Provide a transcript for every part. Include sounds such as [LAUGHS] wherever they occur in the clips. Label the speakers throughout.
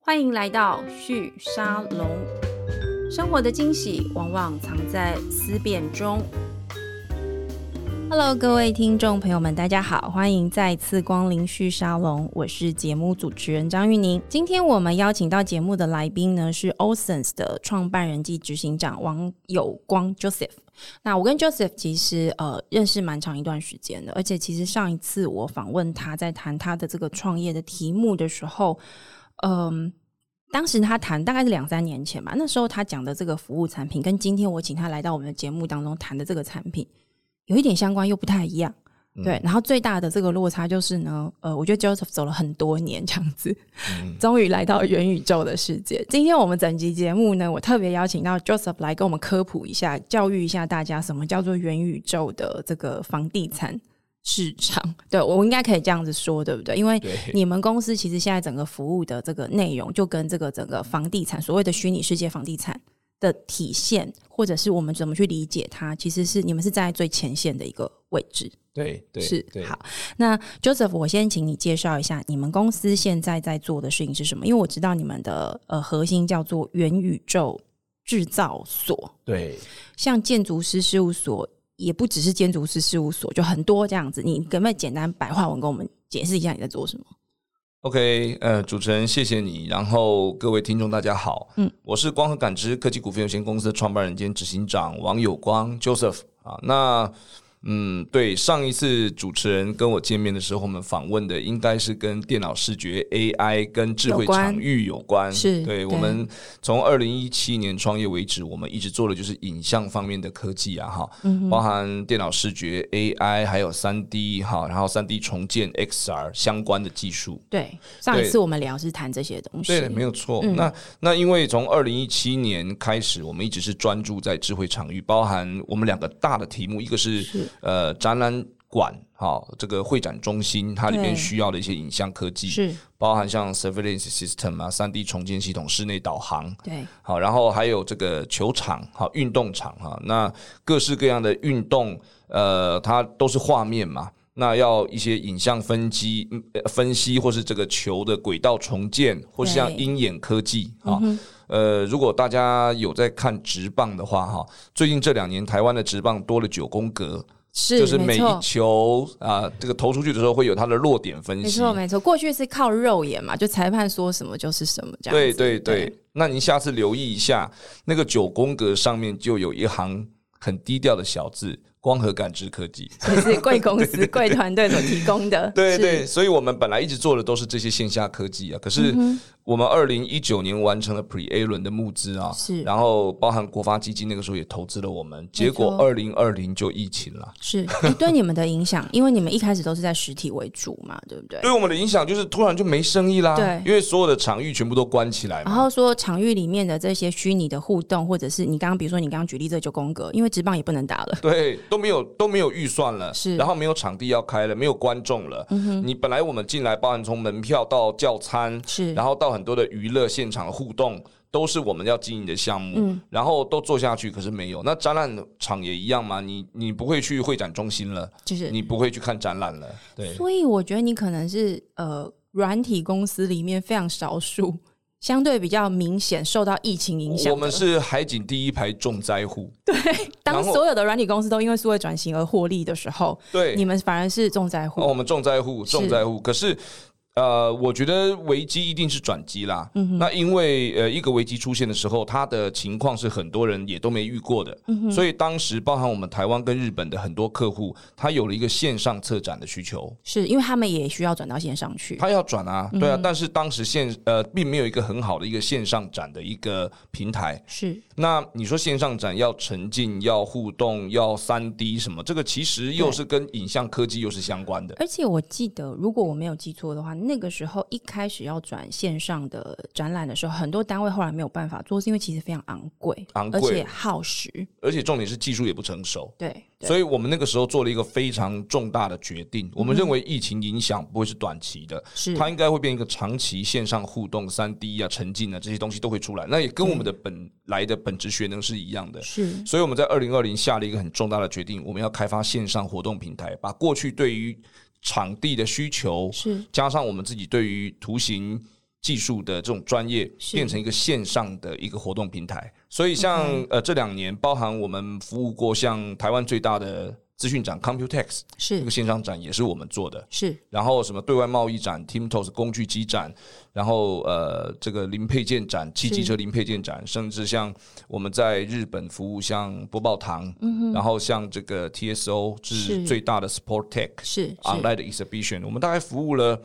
Speaker 1: 欢迎来到旭沙龙。生活的惊喜往往藏在思辨中。Hello，各位听众朋友们，大家好，欢迎再次光临旭沙龙，我是节目主持人张玉宁。今天我们邀请到节目的来宾呢是 Olsen's 的创办人暨执行长王有光 Joseph。那我跟 Joseph 其实呃认识蛮长一段时间的，而且其实上一次我访问他在谈他的这个创业的题目的时候，嗯。当时他谈大概是两三年前吧，那时候他讲的这个服务产品，跟今天我请他来到我们的节目当中谈的这个产品，有一点相关又不太一样。对，然后最大的这个落差就是呢，呃，我觉得 Joseph 走了很多年这样子， [LAUGHS] 终于来到元宇宙的世界。今天我们整集节目呢，我特别邀请到 Joseph 来跟我们科普一下、教育一下大家什么叫做元宇宙的这个房地产市场。对我应该可以这样子说，对不对？因为
Speaker 2: 对
Speaker 1: 你们公司其实现在整个服务的这个内容，就跟这个整个房地产所谓的虚拟世界房地产。的体现，或者是我们怎么去理解它，其实是你们是站在最前线的一个位置。
Speaker 2: 对对
Speaker 1: 是
Speaker 2: 对
Speaker 1: 好。那 Joseph，我先请你介绍一下你们公司现在在做的事情是什么？因为我知道你们的呃核心叫做元宇宙制造所，
Speaker 2: 对
Speaker 1: 像建筑师事务所也不只是建筑师事务所，就很多这样子。你可不可以简单白话文跟我们解释一下你在做什么？
Speaker 2: OK，呃，主持人谢谢你，然后各位听众大家好，
Speaker 1: 嗯，
Speaker 2: 我是光和感知科技股份有限公司的创办人兼执行长王有光 Joseph 啊，那嗯，对，上一次主持人跟我见面的时候，我们访问的应该是跟电脑视觉 AI 跟智慧
Speaker 1: 有关
Speaker 2: 场域有关，
Speaker 1: 是对
Speaker 2: 对我们从二零一七年创业为止，我们一直做的就是影像方面的科技啊，哈，
Speaker 1: 嗯
Speaker 2: 包含电脑视觉 AI，还有三 D 哈，然后三 D 重建 XR 相关的技术。
Speaker 1: 对，上一
Speaker 2: 对
Speaker 1: 次我们聊是嗯谈这些东西，
Speaker 2: 对的，没有错。那那因为从二零一七年开始，我们一直是专注在智慧场域，包含我们两个大的题目，一个是呃展览馆，好、这个会展中心它里面
Speaker 1: 对
Speaker 2: 需要的一些影像科技，
Speaker 1: 是
Speaker 2: 包含像 surveillance system 啊、三 D 重建系统、室内导航，
Speaker 1: 对
Speaker 2: 好，然后还有这个球场，好，运动场哈，那各式各样的运动，呃，它都是画面嘛。那要一些影像分析、嗯呃分析，或是这个球的轨道重建，或是像
Speaker 1: 对嗯
Speaker 2: 鹰眼科技啊、呃，如果大家有在看直棒的话，哈，最近这两年台湾的直棒多了九宫格，
Speaker 1: 是
Speaker 2: 就是
Speaker 1: 没
Speaker 2: 每
Speaker 1: 错
Speaker 2: 一。球啊、这个投出去的时候会有它的落点分析，
Speaker 1: 没错，没错。过去是靠肉眼嘛，就裁判说什么就是什么这样
Speaker 2: 对
Speaker 1: 子。
Speaker 2: 对对，那您下次留意一下，那个九宫格上面就有一行很低调的小字“光合感知科技
Speaker 1: 这是贵公司、贵团队所提供的”。。
Speaker 2: 对
Speaker 1: 是
Speaker 2: 对，所以我们本来一直做的都是这些线下科技啊。可是
Speaker 1: 嗯
Speaker 2: 我们二零一九年完成了 Pre A 轮的募资啊，
Speaker 1: 是
Speaker 2: 然后包含国发基金那个时候也投资了我们，结果
Speaker 1: 没错
Speaker 2: 二零二零就疫情了。
Speaker 1: 是、诶对你们的影响，因为你们一开始都是在实体为主嘛，对不对？
Speaker 2: 对我们的影响就是突然就没生意啦，
Speaker 1: 对
Speaker 2: 因为所有的场域全部都关起来
Speaker 1: 然
Speaker 2: 嘛。
Speaker 1: 后说场域里面的这些虚拟的互动，或者是你刚刚比如说你刚刚举例这九宫格，因为直棒也不能打了，
Speaker 2: 对，都没有都没有预算了，
Speaker 1: 是嗯
Speaker 2: 然后没有场地要开了，没有观众了。你本来我们进来，包含从门票到教餐，
Speaker 1: 是
Speaker 2: 然后到很多的娱乐现场互动，都是我们要经营的项目，
Speaker 1: 嗯
Speaker 2: 然后都做下去，可是没有。那展览场也一样嘛，你你不会去会展中心了，
Speaker 1: 就是。
Speaker 2: 你不会去看展览了，对。
Speaker 1: 所以我觉得你可能是呃软体公司里面非常少数，相对比较明显受到疫情影响的。
Speaker 2: 我们是海景第一排重灾户，
Speaker 1: 当
Speaker 2: 然后
Speaker 1: 所有的软体公司都因为数位转型而获利的时候，
Speaker 2: 对，
Speaker 1: 你们反而是重灾户。
Speaker 2: 哦，我们重灾户，重灾户。可是，呃，我觉得危机一定是转机啦。那因为呃，一个危机出现的时候，它的情况是很多人也都没遇过的。所以当时包含我们台湾跟日本的很多客户，他有了一个线上策展的需求。
Speaker 1: 是因为他们也需要转到线上去。
Speaker 2: 他要转啊，对啊，但是当时线呃并没有一个很好的一个线上展的一个平台。
Speaker 1: 是
Speaker 2: 那你说线上展要沉浸、要互动、要三 D 什么，这个其实又是跟影像科技又是相关的。
Speaker 1: 而且我记得，如果我没有记错的话，那个时候一开始要转线上的展览的时候，很多单位后来没有办法做，是因为其实非常昂贵，
Speaker 2: 昂
Speaker 1: 而
Speaker 2: 贵
Speaker 1: 且耗时。
Speaker 2: 而且重点是技术也不成熟。
Speaker 1: 对，对
Speaker 2: 所以我们那个时候做了一个非常重大的决定，我们认为疫情影响不会是短期的，
Speaker 1: 是
Speaker 2: 它应该会变一个长期线上互动、三 D 啊、沉浸啊这些东西都会出来。那也跟我们的本来的本职学能是一样的。
Speaker 1: 是
Speaker 2: 所以我们在二零二零下了一个很重大的决定，我们要开发线上活动平台，把过去对于场地的需求，
Speaker 1: 是
Speaker 2: 加上我们自己对于图形技术的这种专业
Speaker 1: 是
Speaker 2: 变成一个线上的一个活动平台。所以像呃这两年，包含我们服务过像台湾最大的资讯展 Computex 这
Speaker 1: 是
Speaker 2: 个线上展也是我们做的。
Speaker 1: 是
Speaker 2: 然后什么对外贸易展、TimTos 工具机展，然后呃这个零配件展、汽机车零配件展，甚至像我们在日本服务像博报堂，然后像这个 TSO
Speaker 1: 嗯是
Speaker 2: 是最大的 Sport Tech
Speaker 1: 是
Speaker 2: online 的 exhibition，我们大概服务了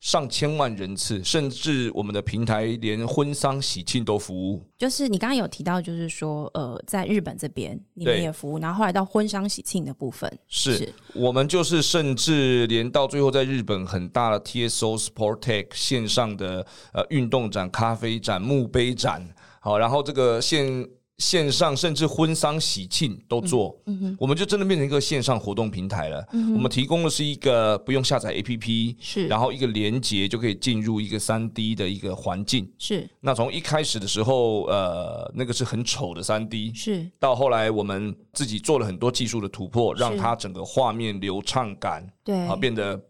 Speaker 2: 上千万人次，甚至我们的平台连婚丧喜庆都服务。
Speaker 1: 就是你刚刚有提到，就是说，呃，在日本这边你们
Speaker 2: 对
Speaker 1: 也服务，然后后来到婚丧喜庆的部分，
Speaker 2: 是
Speaker 1: 是
Speaker 2: 我们就是甚至连到最后，在日本很大的 TSO Sport Tech 线上的呃运动展、咖啡展、墓碑展，好，然后这个线线上甚至婚丧喜庆都做，我们就真的变成一个线上活动平台了。我们提供的是一个不用下载 APP，
Speaker 1: 是
Speaker 2: 然后一个连接就可以进入一个三 D 的一个环境。
Speaker 1: 是
Speaker 2: 那从一开始的时候，呃，那个是很丑的三 D，
Speaker 1: 是
Speaker 2: 到后来我们自己做了很多技术的突破，
Speaker 1: 是
Speaker 2: 让它整个画面流畅感
Speaker 1: 对
Speaker 2: 啊变得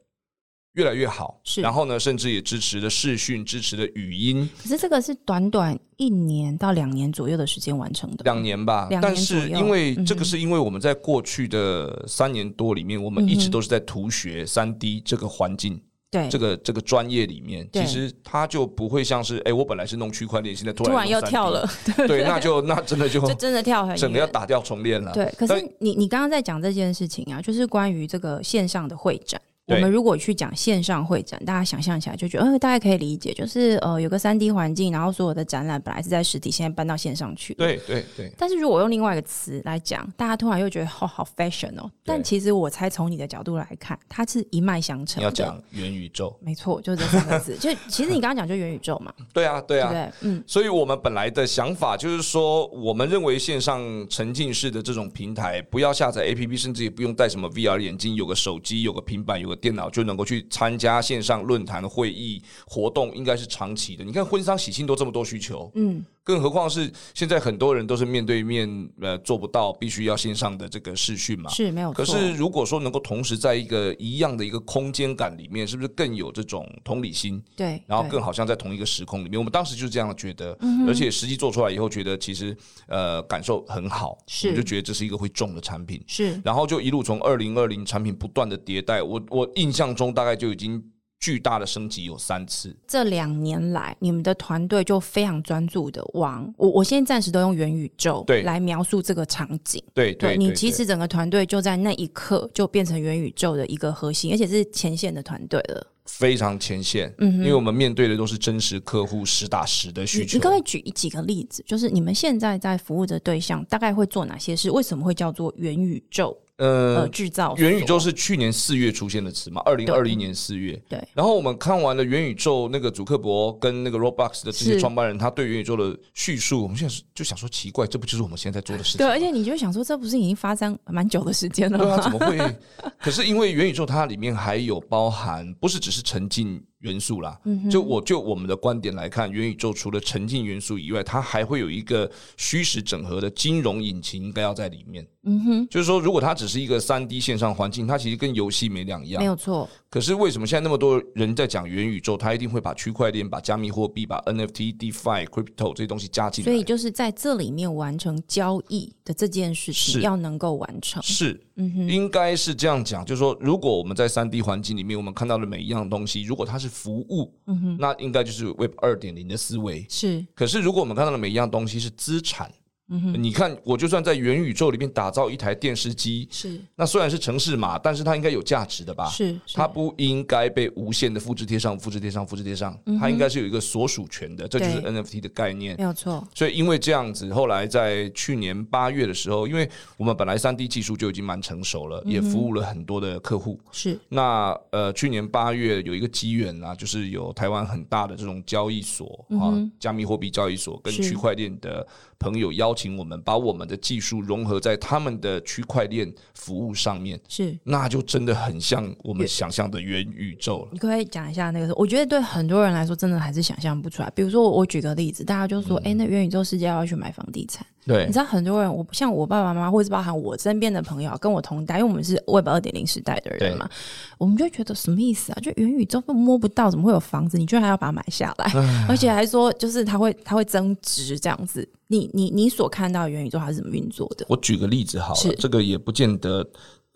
Speaker 2: 越来越好。
Speaker 1: 是
Speaker 2: 然后呢，甚至也支持了视讯，支持了语音，
Speaker 1: 可是这个是短短一年到两年左右的时间完成的，
Speaker 2: 两年吧。
Speaker 1: 两年
Speaker 2: 但
Speaker 1: 左右
Speaker 2: 是因为
Speaker 1: 嗯哼
Speaker 2: 这个是因为我们在过去的三年多里面，我
Speaker 1: 嗯
Speaker 2: 们
Speaker 1: 哼
Speaker 2: 一直都是在图学三 D 这个环境、
Speaker 1: 对，
Speaker 2: 这个这个专业里面，
Speaker 1: 对
Speaker 2: 其实它就不会像是哎，我本来是弄区块链，现在突
Speaker 1: 突然
Speaker 2: 然
Speaker 1: 又
Speaker 2: 弄 3D
Speaker 1: 跳了，
Speaker 2: 对，那就 [LAUGHS] 那真的就
Speaker 1: [LAUGHS] 就真的跳很
Speaker 2: 整个要
Speaker 1: 远。
Speaker 2: 打掉重练了。
Speaker 1: 对，可
Speaker 2: 但
Speaker 1: 是你你刚刚在讲这件事情啊，就是关于这个线上的会展。我
Speaker 2: 对
Speaker 1: 们如果去讲线上会展，大家想象起来就觉得，呃，大家可以理解，就是呃，有个三 D 环境，然后所有的展览本来是在实体，现在搬到线上去。。
Speaker 2: 对对对，
Speaker 1: 但是如果用另外一个词来讲，大家突然又觉得哦，好 fashion 哦。但其实我猜从你的角度来看，它是一脉相承的。
Speaker 2: 你要讲元宇宙，
Speaker 1: 没错，就是这三个字。就其实你刚刚讲就元宇宙嘛，
Speaker 2: 对啊对
Speaker 1: 对
Speaker 2: 啊
Speaker 1: 不。对？嗯，
Speaker 2: 所以我们本来的想法就是说，我们认为线上沉浸式的这种平台，不要下载 APP，甚至也不用戴什么 VR 眼镜，有个手机、有个平板、有个电脑就能够去参加线上论坛、会议、活动，应该是长期的。你看婚丧喜庆都这么多需求，嗯，更何况是现在很多人都是面对面，呃，做不到，必须要线上的这个视讯嘛。
Speaker 1: 是没有
Speaker 2: 可
Speaker 1: 错。
Speaker 2: 是如果说能够同时在一个一样的一个空间感里面，是不是更有这种同理心？
Speaker 1: 对，
Speaker 2: 然后
Speaker 1: 对嗯
Speaker 2: 更好像在同一个时空里面，我们当时就是这样觉得，而且实际做出来以后，觉得其实呃感受很好，
Speaker 1: 是
Speaker 2: 我们就觉得这是一个会中的产品，
Speaker 1: 是
Speaker 2: 然后就一路从二零二零产品不断的迭代，我我印象中大概就已经巨大的升级有三次，
Speaker 1: 这两年来，你们的团队就非常专注的往我，我现在暂时都用元宇宙
Speaker 2: 对
Speaker 1: 来描述这个场景。
Speaker 2: 对对，
Speaker 1: 你
Speaker 2: 对
Speaker 1: 其
Speaker 2: 对
Speaker 1: 实整个团队就在那一刻就变成元宇宙的一个核心，而且是前线的团队了。
Speaker 2: 非常前线，因为我们面对的都是真实客户实打实的
Speaker 1: 嗯你
Speaker 2: 需
Speaker 1: 你
Speaker 2: 求
Speaker 1: 可不。可以举几个例子？就是你们现在在服务的对象大概会做哪些事？为什么会叫做元宇宙呃
Speaker 2: 呃，
Speaker 1: 制造所？
Speaker 2: 元宇宙是去年四月出现的词嘛，二零二一年四月，
Speaker 1: 对
Speaker 2: 然后我们看完了元宇宙那个祖克伯跟那个 Roblox 的这些
Speaker 1: 是
Speaker 2: 创办人，他对元宇宙的叙述，我们现在是就想说奇怪，这不就是我们现在在做的事情
Speaker 1: 对，
Speaker 2: 吗？
Speaker 1: 而且你就想说，这不是已经发生蛮久的时间了
Speaker 2: 对啊，
Speaker 1: 吗？
Speaker 2: 怎么会？ [LAUGHS] 可是因为元宇宙它里面还有包含，不是只是沉浸元素啦。
Speaker 1: 嗯
Speaker 2: 就我就我们的观点来看，元宇宙除了沉浸元素以外，它还会有一个虚实整合的金融引擎，应该要在里面。
Speaker 1: 嗯哼，
Speaker 2: 就是说，如果它只是一个三 D 线上环境，它其实跟游戏没两样
Speaker 1: 没。有错，
Speaker 2: 可是为什么现在那么多人在讲元宇宙？他一定会把区块链、把加密货币、把 NFT、DeFi、Crypto 这些东西加进来。
Speaker 1: 所以就是在这里面完成交易的这件事情
Speaker 2: 是
Speaker 1: 要能够完成，
Speaker 2: 是，
Speaker 1: 嗯
Speaker 2: 应该是这样讲，就是说，如果我们在三 D 环境里面，我们看到的每一样东西，如果它是服务，
Speaker 1: 嗯
Speaker 2: 那应该就是 Web 二点零的思维。
Speaker 1: 是
Speaker 2: 可是如果我们看到的每一样东西是资产，
Speaker 1: 嗯
Speaker 2: 你看，我就算在元宇宙里面打造一台电视机，
Speaker 1: 是
Speaker 2: 那虽然是城市码，但是它应该有价值的吧？
Speaker 1: 是，
Speaker 2: 它不应该被无限的复制贴上、复制贴上、复制贴上，它应该是有一个所属权的，这就是 NFT 的概念
Speaker 1: 没。有错，
Speaker 2: 所以因为这样子，后来在去年八月的时候，因为我们本来三 D 技术就已经蛮成熟了，也服务了很多的客户。
Speaker 1: 是
Speaker 2: 那呃，去年八月有一个机缘啊，就是有台湾很大的这种交易所啊，加密货币交易所跟
Speaker 1: 是
Speaker 2: 区块链的朋友邀请我们，把我们的技术融合在他们的区块链服务上面。
Speaker 1: 是。
Speaker 2: 那就真的很像我们想象的元宇宙了。
Speaker 1: 你可不可以讲一下那个？我觉得对很多人
Speaker 2: 嗯
Speaker 1: 来说，真的还是想象不出来。比如说我，我举个例子，大家就说：“哎、那元宇宙世界要不要去买房地产？”
Speaker 2: 对
Speaker 1: 你知道很多人，我像我爸爸妈妈，或者是包含我身边的朋友，跟我同代，因为我们是 Web 二点零时代的人嘛，我们就会觉得什么意思啊？就元宇宙都摸不到，怎么会有房子？你居然还要把它买下来，而且还说就是它会它会增值这样子。你你你所看到的元宇宙它是怎么运作的？
Speaker 2: 我举个例子好了
Speaker 1: 是，
Speaker 2: 这个也不见得，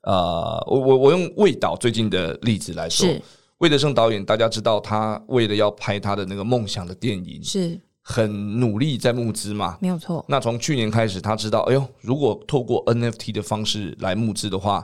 Speaker 2: 呃，我我我用魏导最近的例子来说，
Speaker 1: 是
Speaker 2: 魏德圣导演，大家知道他为了要拍他的那个梦想的电影，
Speaker 1: 是，
Speaker 2: 很努力在募资嘛。
Speaker 1: 没有错，
Speaker 2: 那从去年开始，他知道，哎呦，如果透过 NFT 的方式来募资的话，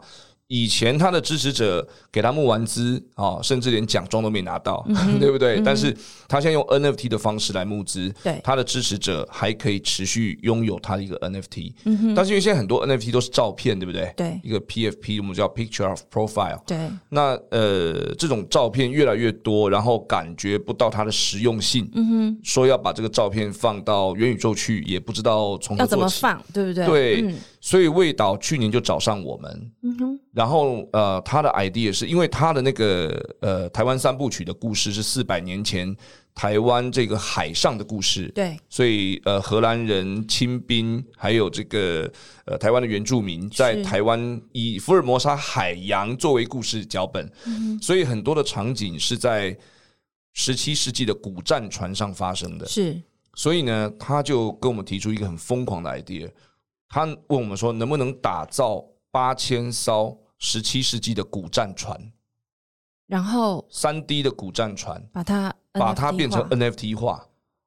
Speaker 2: 以前他的支持者给他募完资啊、哦甚至连奖状都没拿到，对不对？但是他现在用 NFT 的方式来募资，
Speaker 1: 对
Speaker 2: 他的支持者还可以持续拥有他的一个 NFT。但是因为现在很多 NFT 都是照片，对不对？
Speaker 1: 对
Speaker 2: 一个 PFP 我们叫 Picture of Profile。
Speaker 1: 对，
Speaker 2: 那呃，这种照片越来越多，然后感觉不到它的实用性，嗯哼，说要把这个照片放到元宇宙去，也不知道从
Speaker 1: 要
Speaker 2: 何
Speaker 1: 怎
Speaker 2: 做
Speaker 1: 么
Speaker 2: 起。
Speaker 1: 放，对不对？
Speaker 2: 对，
Speaker 1: 嗯
Speaker 2: 所以魏导去年就找上我们，
Speaker 1: 嗯哼，
Speaker 2: 然后呃，他的 idea 是因为他的那个呃台湾三部曲的故事是四百年前台湾这个海上的故事，
Speaker 1: 对，
Speaker 2: 所以呃，荷兰人、清兵，还有这个呃台湾的原住民，在台湾以福尔摩沙海洋作为故事脚本，所以很多的场景是在十七世纪的古战船上发生的。
Speaker 1: 是
Speaker 2: 所以呢，他就跟我们提出一个很疯狂的 idea，他问我们说，能不能打造八千艘十七世纪的古战船，
Speaker 1: 然后
Speaker 2: 三 D 的古战船，
Speaker 1: 把它
Speaker 2: 把它变成
Speaker 1: NFT 化
Speaker 2: NFT 化，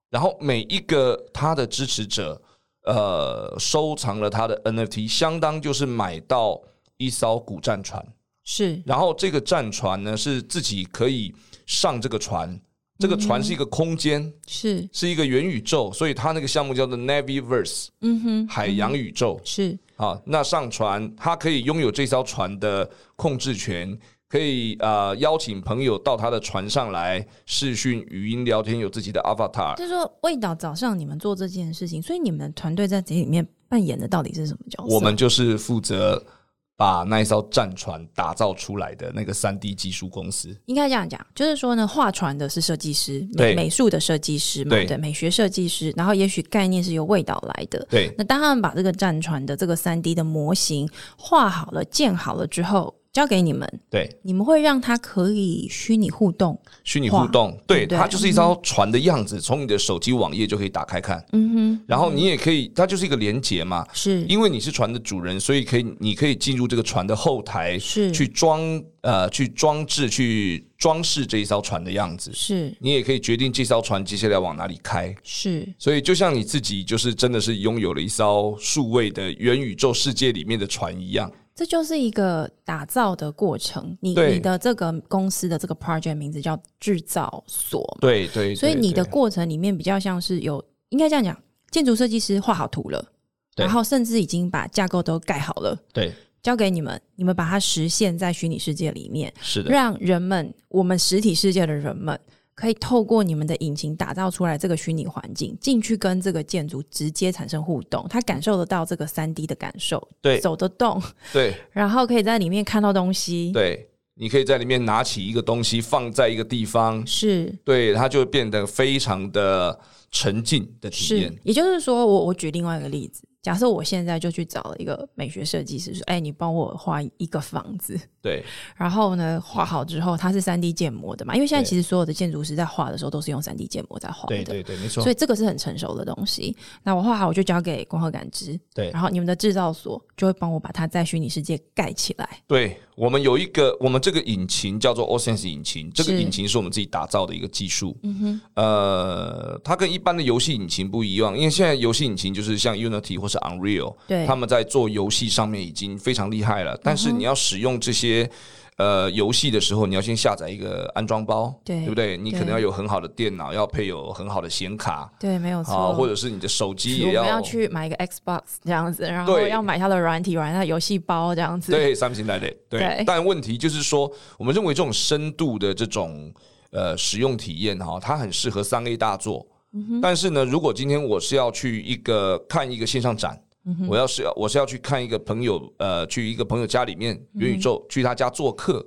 Speaker 2: 然后每一个他的支持者，呃，收藏了他的 NFT，相当就是买到一艘古战船，
Speaker 1: 是
Speaker 2: 然后这个战船呢是自己可以上这个船，这个船是一个空间，
Speaker 1: 是，
Speaker 2: 是一个元宇宙，所以它那个项目叫做 Naviverse
Speaker 1: 嗯哼，
Speaker 2: 海洋宇宙
Speaker 1: 是
Speaker 2: 啊。那上船，它可以拥有这艘船的控制权，可以呃邀请朋友到他的船上来视讯、语音聊天，有自己的 avatar。
Speaker 1: 就是说，魏导早上你们做这件事情，所以你们团队在这里面扮演的到底是什么角色？
Speaker 2: 我们就是负责把那一艘战船打造出来的那个三 D 技术公司。
Speaker 1: 应该这样讲，就是说呢，画船的是设计师，美
Speaker 2: 对
Speaker 1: 美术的设计师嘛，
Speaker 2: 对
Speaker 1: 对，美学设计师，然后也许概念是由味道来的。
Speaker 2: 对
Speaker 1: 那当他们把这个战船的这个三 D 的模型画好了、建好了之后，交给你们，
Speaker 2: 对，
Speaker 1: 你们会让它可以虚拟互动。
Speaker 2: 虚拟
Speaker 1: 哇
Speaker 2: 互动，对，
Speaker 1: 对
Speaker 2: 它就是一艘船的样子，从你的手机网页就可以打开看，
Speaker 1: 嗯
Speaker 2: 然后你也可以，它就是一个连接嘛。
Speaker 1: 哼，是
Speaker 2: 因为你是船的主人，所以可以，你可以进入这个船的后台
Speaker 1: 是
Speaker 2: 去装呃，去装置、去装饰这一艘船的样子。
Speaker 1: 是
Speaker 2: 你也可以决定这艘船接下来往哪里开。
Speaker 1: 是
Speaker 2: 所以，就像你自己就是真的是拥有了一艘数位的元宇宙世界里面的船一样。
Speaker 1: 这就是一个打造的过程。你
Speaker 2: 对
Speaker 1: 你的这个公司的这个 project 名字叫制造所嘛
Speaker 2: 对对，
Speaker 1: 所以
Speaker 2: 对
Speaker 1: 你的
Speaker 2: 对
Speaker 1: 过程里面比较像是有，应该这样讲，建筑设计师画好图了，
Speaker 2: 对
Speaker 1: 然后甚至已经把架构都盖好了，
Speaker 2: 对
Speaker 1: 交给你们，你们把它实现在虚拟世界里面，
Speaker 2: 是的，
Speaker 1: 让人们，我们实体世界的人们。可以透过你们的引擎打造出来这个虚拟环境，进去跟这个建筑直接产生互动，他感受得到这个三 D 的感受，
Speaker 2: 对
Speaker 1: 走得动，
Speaker 2: 对
Speaker 1: 然后可以在里面看到东西，
Speaker 2: 对，你可以在里面拿起一个东西放在一个地方，
Speaker 1: 是
Speaker 2: 对，它就变得非常的沉浸的体
Speaker 1: 是
Speaker 2: 验。，
Speaker 1: 也就是说，我我举另外一个例子，假设我现在就去找了一个美学设计师，说：“哎、你帮我画一个房子。 [LAUGHS]
Speaker 2: 对”
Speaker 1: 然后呢，画好之后，它是三 D 建模的嘛？因为现在
Speaker 2: 对
Speaker 1: 其实所有的建筑师在画的时候都是用三 D 建模在画的，
Speaker 2: 对对对，没错
Speaker 1: 所以。这个是很成熟的东西。那我画好，我就交给光合感知，
Speaker 2: 对
Speaker 1: 然后你们的制造所就会帮我把它在虚拟世界盖起来。
Speaker 2: 对我们有一个，我们这个引擎叫做 Osense 引擎，这个
Speaker 1: 是
Speaker 2: 引擎是我们自己打造的一个技术。嗯哼，呃，它跟一般的游戏引擎不一样，因为现在游戏引擎就是像 Unity 或是 Unreal，
Speaker 1: 对嗯
Speaker 2: 他们在做游戏上面已经非常厉害了。但是你要使用这些。呃，游戏的时候你要先下载一个安装包，
Speaker 1: 对
Speaker 2: 不对？你可能
Speaker 1: 对
Speaker 2: 要有很好的电脑，要配有很好的显卡
Speaker 1: 对，没有
Speaker 2: 啊，
Speaker 1: 错。
Speaker 2: 或者是你的手机
Speaker 1: 我
Speaker 2: 也
Speaker 1: 们
Speaker 2: 要
Speaker 1: 要去买一个 Xbox 这样子，然后
Speaker 2: 对
Speaker 1: 要买它的软体，玩它的游戏包这样子。
Speaker 2: 对，something like that。
Speaker 1: 对
Speaker 2: 对，但问题就是说，我们认为这种深度的这种呃使用体验哈，它很适合三 A 大作。
Speaker 1: 嗯
Speaker 2: 但是呢，如果今天我是要去一个看一个线上展，
Speaker 1: 嗯
Speaker 2: 我要是要我是要去看一个朋友呃
Speaker 1: 嗯
Speaker 2: 去一个朋友家里面元宇宙、去他家做客，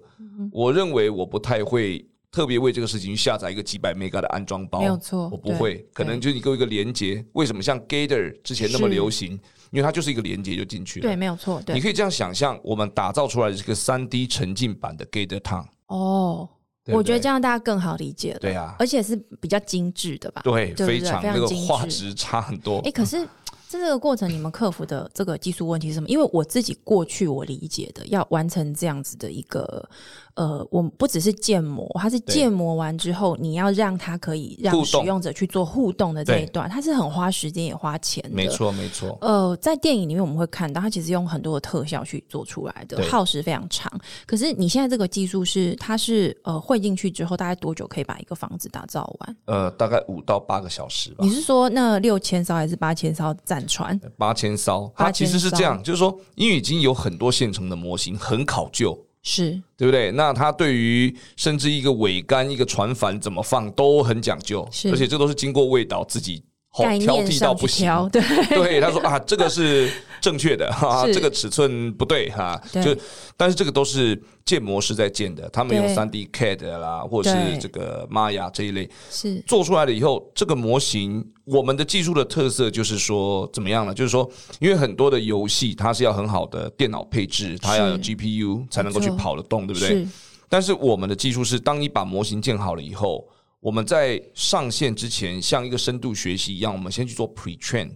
Speaker 2: 我认为我不太会特别为这个事情去下载一个几百 mega 的安装包，
Speaker 1: 没有错
Speaker 2: 我不会，可能就你给我一个连接。为什么像 Gator 之前那么
Speaker 1: 是
Speaker 2: 流行？因为它就是一个连接就进去了。
Speaker 1: 对，没有错，
Speaker 2: 你
Speaker 1: 对。
Speaker 2: 可以这样想象，我们打造出来的这个三 D 沉浸版的 Gator Town，
Speaker 1: 哦，
Speaker 2: 对不
Speaker 1: 我觉得
Speaker 2: 对
Speaker 1: 这样大家更好理解了，
Speaker 2: 对啊
Speaker 1: 而且是比较精致的吧？
Speaker 2: 对，
Speaker 1: 对
Speaker 2: 非
Speaker 1: 对
Speaker 2: 常
Speaker 1: 非常
Speaker 2: 那个
Speaker 1: 精致
Speaker 2: 画质差很多。
Speaker 1: 哎、可是在这个过程，你们克服的这个技术问题是什么？因为我自己过去我理解的，要完成这样子的一个，呃，我们不只是建模，它是
Speaker 2: 对
Speaker 1: 建模完之后，你要让它可以
Speaker 2: 互
Speaker 1: 让使
Speaker 2: 动
Speaker 1: 用者去做互动的这一
Speaker 2: 对
Speaker 1: 段，它是很花时间也花钱的。
Speaker 2: 没。错，没错。
Speaker 1: 呃，在电影里面我们会看到，它其实用很多的特效去做出来的，
Speaker 2: 对
Speaker 1: 耗时非常长。可是你现在这个技术是，它是呃汇进去之后，大概多久可以把一个房子打造完？
Speaker 2: 呃，大概五到八个小时吧
Speaker 1: 你。是说那六千艘还是八千艘战船？
Speaker 2: 八千艘，
Speaker 1: 八
Speaker 2: 它
Speaker 1: 千
Speaker 2: 其实是这样，就是说，因为已经有很多现成的模型，很考究，
Speaker 1: 是
Speaker 2: 对不对？那它对于甚至一个桅杆、一个船帆怎么放都很讲究，
Speaker 1: 是
Speaker 2: 而且这都是经过味道自己好
Speaker 1: 概
Speaker 2: 挑
Speaker 1: 念
Speaker 2: 剔到
Speaker 1: 上
Speaker 2: 不
Speaker 1: 去
Speaker 2: 行。
Speaker 1: 挑，对， [LAUGHS]
Speaker 2: 对，他说啊，这个是正确的，哈、
Speaker 1: 是
Speaker 2: 这个尺寸不对哈、
Speaker 1: 对
Speaker 2: 就但是这个都是建模师在建的，他们用
Speaker 1: 对
Speaker 2: 三 D CAD 啦，或者
Speaker 1: 对
Speaker 2: 是这个 Maya 这一类
Speaker 1: 是
Speaker 2: 做出来了以后，这个模型我们的技术的特色就是说怎么样呢？就是说，因为很多的游戏它是要很好的电脑配置，它要有 GPU 才能够去
Speaker 1: 没错
Speaker 2: 跑得动，对不对？
Speaker 1: 是
Speaker 2: 但是我们的技术是，当你把模型建好了以后，我们在上线之前，像一个深度学习一样，我们先去做 pre train，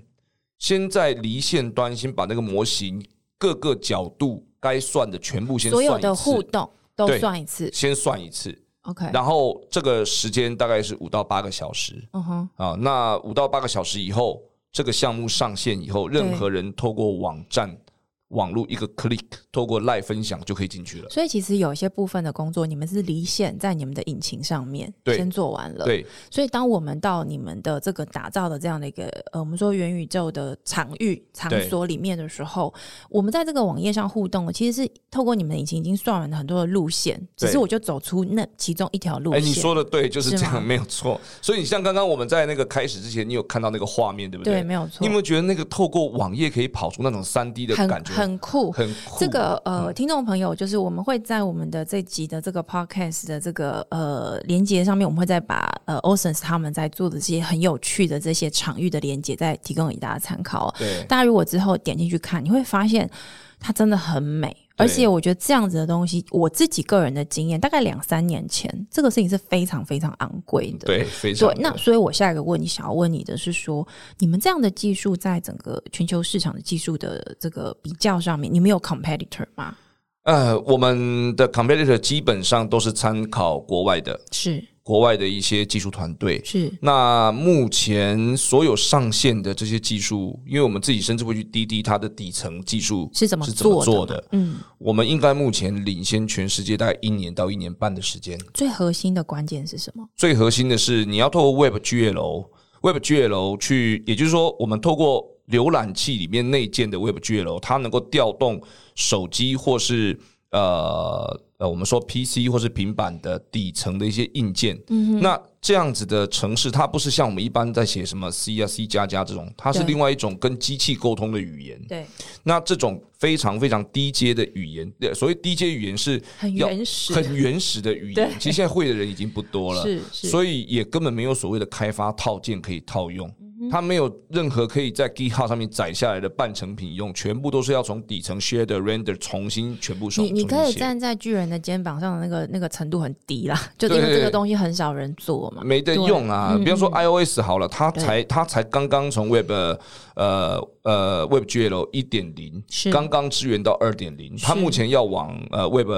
Speaker 2: 先在离线端先把那个模型各个角度该算的全部先
Speaker 1: 所
Speaker 2: 算一
Speaker 1: 有
Speaker 2: 次，
Speaker 1: 的互动都
Speaker 2: 对
Speaker 1: 算一次
Speaker 2: 先算一次，
Speaker 1: ，OK，
Speaker 2: 然后这个时间大概是五到八个小时
Speaker 1: 嗯哼，
Speaker 2: 啊。那五到八个小时以后，这个项目上线以后，任何人透过网站、网络一个 click，透过 live 分享就可以进去了。
Speaker 1: 所以其实有一些部分的工作，你们是离线在你们的引擎上面
Speaker 2: 对
Speaker 1: 先做完了，。
Speaker 2: 对，
Speaker 1: 所以当我们到你们的这个打造的这样的一个呃，我们说元宇宙的场域场所里面的时候，我们在这个网页上互动的，其实是透过你们的引擎已经算完了很多的路线，只
Speaker 2: 对
Speaker 1: 是我就走出那其中一条路
Speaker 2: 哎，
Speaker 1: 线，
Speaker 2: 你说的对，就是
Speaker 1: 是
Speaker 2: 这
Speaker 1: 吗
Speaker 2: 样，没有错。所以你像刚刚我们在那个开始之前，你有看到那个画面，对不
Speaker 1: 对，没有错，
Speaker 2: 你有没有觉得那个透过网页可以跑出那种三 D 的
Speaker 1: 很
Speaker 2: 感觉，
Speaker 1: 很酷，
Speaker 2: 很酷？嗯
Speaker 1: 这个呃，听众朋友，就是我们会在我们的这集的这个 podcast 的这个呃连接上面，我们会再把呃 Oceans 他们在做的这些很有趣的这些场域的连接，再提供给大家参考哦。
Speaker 2: 对
Speaker 1: 大家如果之后点进去看，你会发现它真的很美。而
Speaker 2: 对
Speaker 1: 且我觉得这样子的东西，我自己个人的经验，大概两三年前，这个事情是非常非常昂贵的。
Speaker 2: 对，非常
Speaker 1: 对，那所以我下一个问题想要问你的是说，你们这样的技术在整个全球市场的技术的这个比较上面，你们有 competitor 吗？
Speaker 2: 呃，我们的 competitor 基本上都是参考国外的
Speaker 1: 是
Speaker 2: 国外的一些技术团队。
Speaker 1: 是，
Speaker 2: 那目前所有上线的这些技术，因为我们自己甚至会去滴滴它的底层技术
Speaker 1: 是怎么
Speaker 2: 是怎么
Speaker 1: 做
Speaker 2: 做
Speaker 1: 的
Speaker 2: 的，
Speaker 1: 嗯，
Speaker 2: 我们应该目前领先全世界大概一年到一年半的时间。
Speaker 1: 最核心的关键是什么？
Speaker 2: 最核心的是你要透过 Web GL、Web GL 去，也就是说，我们透过浏览器里面内建的 Web GL，它能够调动手机或是呃呃，我们说 PC 或是平板的底层的一些硬件。嗯，那这样子的城市，它不是像我们一般在写什么 C 啊、C 加加这种，它是
Speaker 1: 对
Speaker 2: 另外一种跟机器沟通的语言。
Speaker 1: 对，
Speaker 2: 那这种非常非常低阶的语言，呃所谓低阶语言是
Speaker 1: 很
Speaker 2: 要
Speaker 1: 原始，
Speaker 2: 很原始的语
Speaker 1: [LAUGHS] 对
Speaker 2: 言，其实现在会的人已经不多了。
Speaker 1: 是是，
Speaker 2: 所以也根本没有所谓的开发套件可以套用，
Speaker 1: 嗯
Speaker 2: 它没有任何可以在 GitHub 上面载下来的半成品用，全部都是要从底层 shared render 重新全部重
Speaker 1: 你你
Speaker 2: 重新
Speaker 1: 可以
Speaker 2: 写
Speaker 1: 站在巨人的肩膀上的那个那个程度很低啦，就是因为
Speaker 2: 对
Speaker 1: 这个东西很少人做嘛。
Speaker 2: 没得
Speaker 1: 对嗯
Speaker 2: 用啊！比方说 iOS 好了，它才它才刚刚从 Web 呃呃 Web GL 一点零
Speaker 1: 是
Speaker 2: 刚刚支援到二点零，它
Speaker 1: 是
Speaker 2: 目前要往呃 Web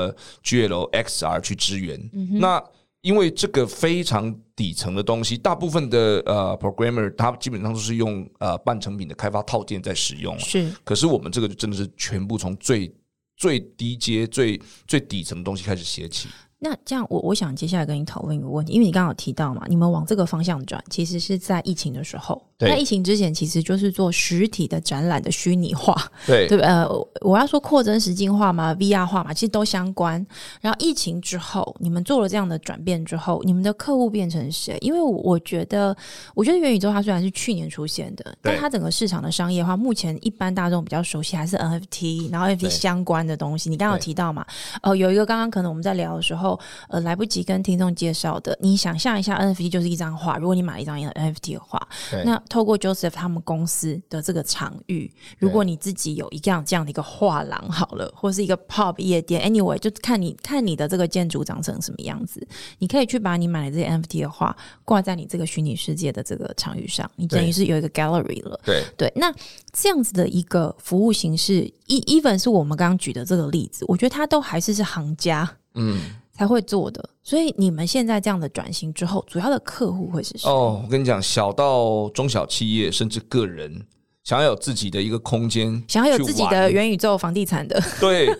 Speaker 2: GL XR 去支援。
Speaker 1: 嗯
Speaker 2: 那因为这个非常底层的东西，大部分的呃 programmer 他基本上都是用呃半成品的开发套件在使用啊，
Speaker 1: 是
Speaker 2: 可是我们这个就真的是全部从最最低阶、最最底层的东西开始写起。
Speaker 1: 那这样我我想接下来跟你讨论一个问题，因为你刚好提到嘛，你们往这个方向转，其实是在疫情的时候，那疫情之前其实就是做实体的展览的虚拟化，
Speaker 2: 对
Speaker 1: 对不呃，我要说扩增实境化嘛，VR 化嘛，其实都相关。然后疫情之后，你们做了这样的转变之后，你们的客户变成谁？因为我我觉得，我觉得元宇宙它虽然是去年出现的，但它整个市场的商业化，目前一般大众比较熟悉还是 NFT，然后 NFT
Speaker 2: 对
Speaker 1: 相关的东西。你刚刚有
Speaker 2: 对
Speaker 1: 提到嘛，呃，有一个刚刚可能我们在聊的时候，呃，来不及跟听众介绍的，你想象一下 NFT 就是一张画，如果你买了一张 NFT 的话，
Speaker 2: 对
Speaker 1: 那透过 Joseph 他们公司的这个场域，如果你自己有一样这样的一个画廊好了，或是一个 pub 夜店，anyway，就看你看你的这个建筑长成什么样子，你可以去把你买的这些 NFT 的画挂在你这个虚拟世界的这个场域上，你等于
Speaker 2: 对
Speaker 1: 是有一个 gallery 了。
Speaker 2: 对
Speaker 1: 对，那这样子的一个服务形式，e even 是我们刚刚举的这个例子，我觉得它都还是是行家
Speaker 2: 嗯
Speaker 1: 才会做的。所以你们现在这样的转型之后，主要的客户会是谁？
Speaker 2: 哦，我跟你讲，小到中小企业甚至个人，想要有自己的一个空间，
Speaker 1: 想要有自己
Speaker 2: 去
Speaker 1: 的 [LAUGHS]
Speaker 2: 玩
Speaker 1: 元宇宙房地产的，
Speaker 2: 对，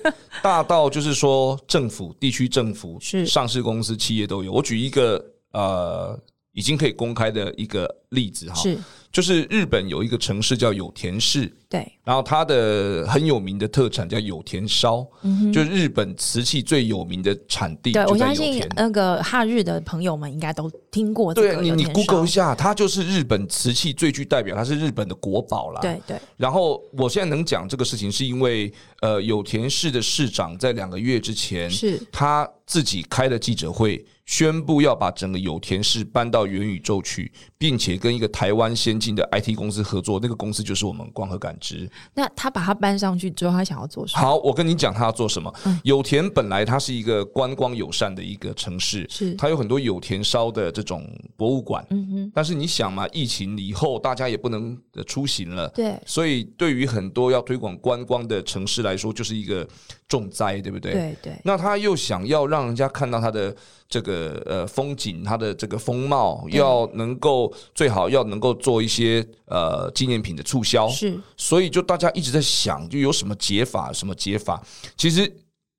Speaker 2: 大到就是说政府、地区政府、
Speaker 1: 是
Speaker 2: 上市公司、企业都有。我举一个呃，已经可以公开的一个例子
Speaker 1: [LAUGHS]
Speaker 2: 哈，
Speaker 1: 是
Speaker 2: 就是日本有一个城市叫有田市，
Speaker 1: 对，
Speaker 2: 然后它的很有名的特产叫有田烧，就是日本瓷器最有名的产地，
Speaker 1: 嗯对
Speaker 2: 就
Speaker 1: 我相
Speaker 2: 在有
Speaker 1: 信
Speaker 2: 田。
Speaker 1: 那个哈日的朋友们应该都听过这
Speaker 2: 对
Speaker 1: 个
Speaker 2: 你，你
Speaker 1: 有田
Speaker 2: Google 一
Speaker 1: 烧
Speaker 2: 下，它就是日本瓷器最具代表，它是日本的国宝啦。
Speaker 1: 对对
Speaker 2: 然后我现在能讲这个事情，是因为呃，有田市的市长在两个月之前，
Speaker 1: 是
Speaker 2: 他自己开了记者会，宣布要把整个有田市搬到元宇宙去，并且跟一个台湾先进的 IT 公司合作，那个公司就是我们光和感知。
Speaker 1: 那他把它搬上去之后，他想要做什么？
Speaker 2: 好，我跟你讲他要做什么。
Speaker 1: 嗯
Speaker 2: 有田本来它是一个观光友善的一个城市，
Speaker 1: 是
Speaker 2: 它有很多有田烧的这种博物馆。嗯哼，但是你想嘛，疫情以后大家也不能呃出行了，
Speaker 1: 对
Speaker 2: 所以对于很多要推广观光的城市来说，就是一个重灾，对不对？。
Speaker 1: 对对，
Speaker 2: 那他又想要让人家看到他的这个呃风景，他的这个风貌，要能够最好要能够做一些呃纪念品的促销，
Speaker 1: 是
Speaker 2: 所以就大家一直在想，就有什么解法，什么解法。其实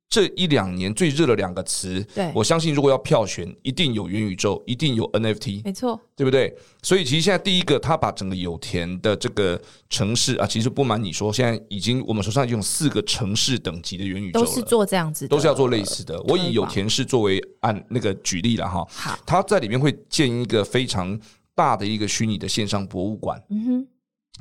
Speaker 2: 这一两年最热的两个词，
Speaker 1: 对
Speaker 2: 我相信如果要票选，一定有元宇宙，一定有 NFT，
Speaker 1: 没错，
Speaker 2: 对不对？所以其实现在第一个，他把整个有田的这个城市啊，其实不瞒你说，现在已经我们手上已经有四个城市等级的元宇宙
Speaker 1: 都
Speaker 2: 了，
Speaker 1: 是做这样子的，
Speaker 2: 都是要做类似的。我以有
Speaker 1: 推广
Speaker 2: 田市作为案那个举例了哈，
Speaker 1: 好，
Speaker 2: 它在里面会建一个非常大的一个虚拟的线上博物馆，
Speaker 1: 嗯哼，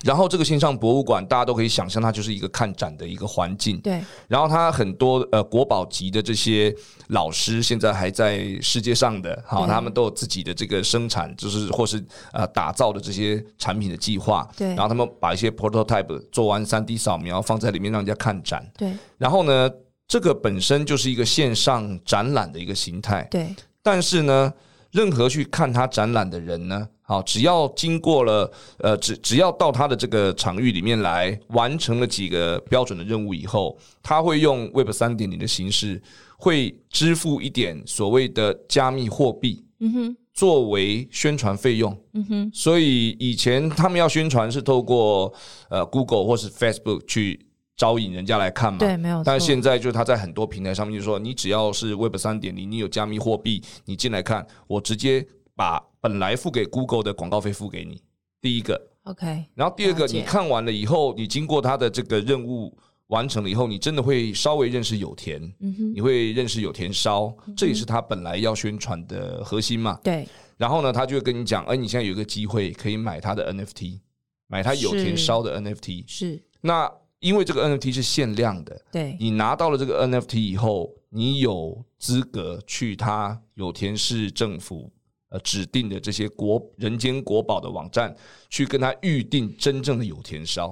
Speaker 2: 然后这个线上博物馆大家都可以想象，它就是一个看展的一个环境。
Speaker 1: 对
Speaker 2: 然后它很多呃国宝级的这些老师，现在还在世界上的，好、
Speaker 1: 对
Speaker 2: 他们都有自己的这个生产，就是或是呃打造的这些产品的计划。
Speaker 1: 对
Speaker 2: 然后他们把一些 prototype 做完三 D 扫描，放在里面让人家看展。
Speaker 1: 对
Speaker 2: 然后呢，这个本身就是一个线上展览的一个形态，
Speaker 1: 对
Speaker 2: 但是呢，任何去看他展览的人呢，好，只要经过了呃，只只要到他的这个场域里面来，完成了几个标准的任务以后，他会用 Web 三点零的形式，会支付一点所谓的加密货币，嗯
Speaker 1: 哼，
Speaker 2: 作为宣传费用，嗯哼，所以以前他们要宣传是透过呃 Google 或是 Facebook 去。招引人家来看嘛，
Speaker 1: 对，没有错，
Speaker 2: 但现在就是他在很多平台上面就说，你只要是 Web 三点零，你有加密货币，你进来看，我直接把本来付给 Google 的广告费付给你。第一个，
Speaker 1: OK
Speaker 2: 然后第二个，
Speaker 1: 了解
Speaker 2: 你看完了以后，你经过他的这个任务完成了以后，你真的会稍微认识有田，
Speaker 1: 嗯
Speaker 2: 你会认识有田烧，这也是他本来要宣传的核心嘛。
Speaker 1: 对
Speaker 2: 然后呢，他就会跟你讲，哎，你现在有一个机会可以买他的 NFT，买他有田
Speaker 1: 是
Speaker 2: 烧的 NFT。
Speaker 1: 是，
Speaker 2: 那因为这个 NFT 是限量的，
Speaker 1: 对
Speaker 2: 你拿到了这个 NFT 以后，你有资格去他有田市政府呃指定的这些国人间国宝的网站去跟他预定真正的有田烧。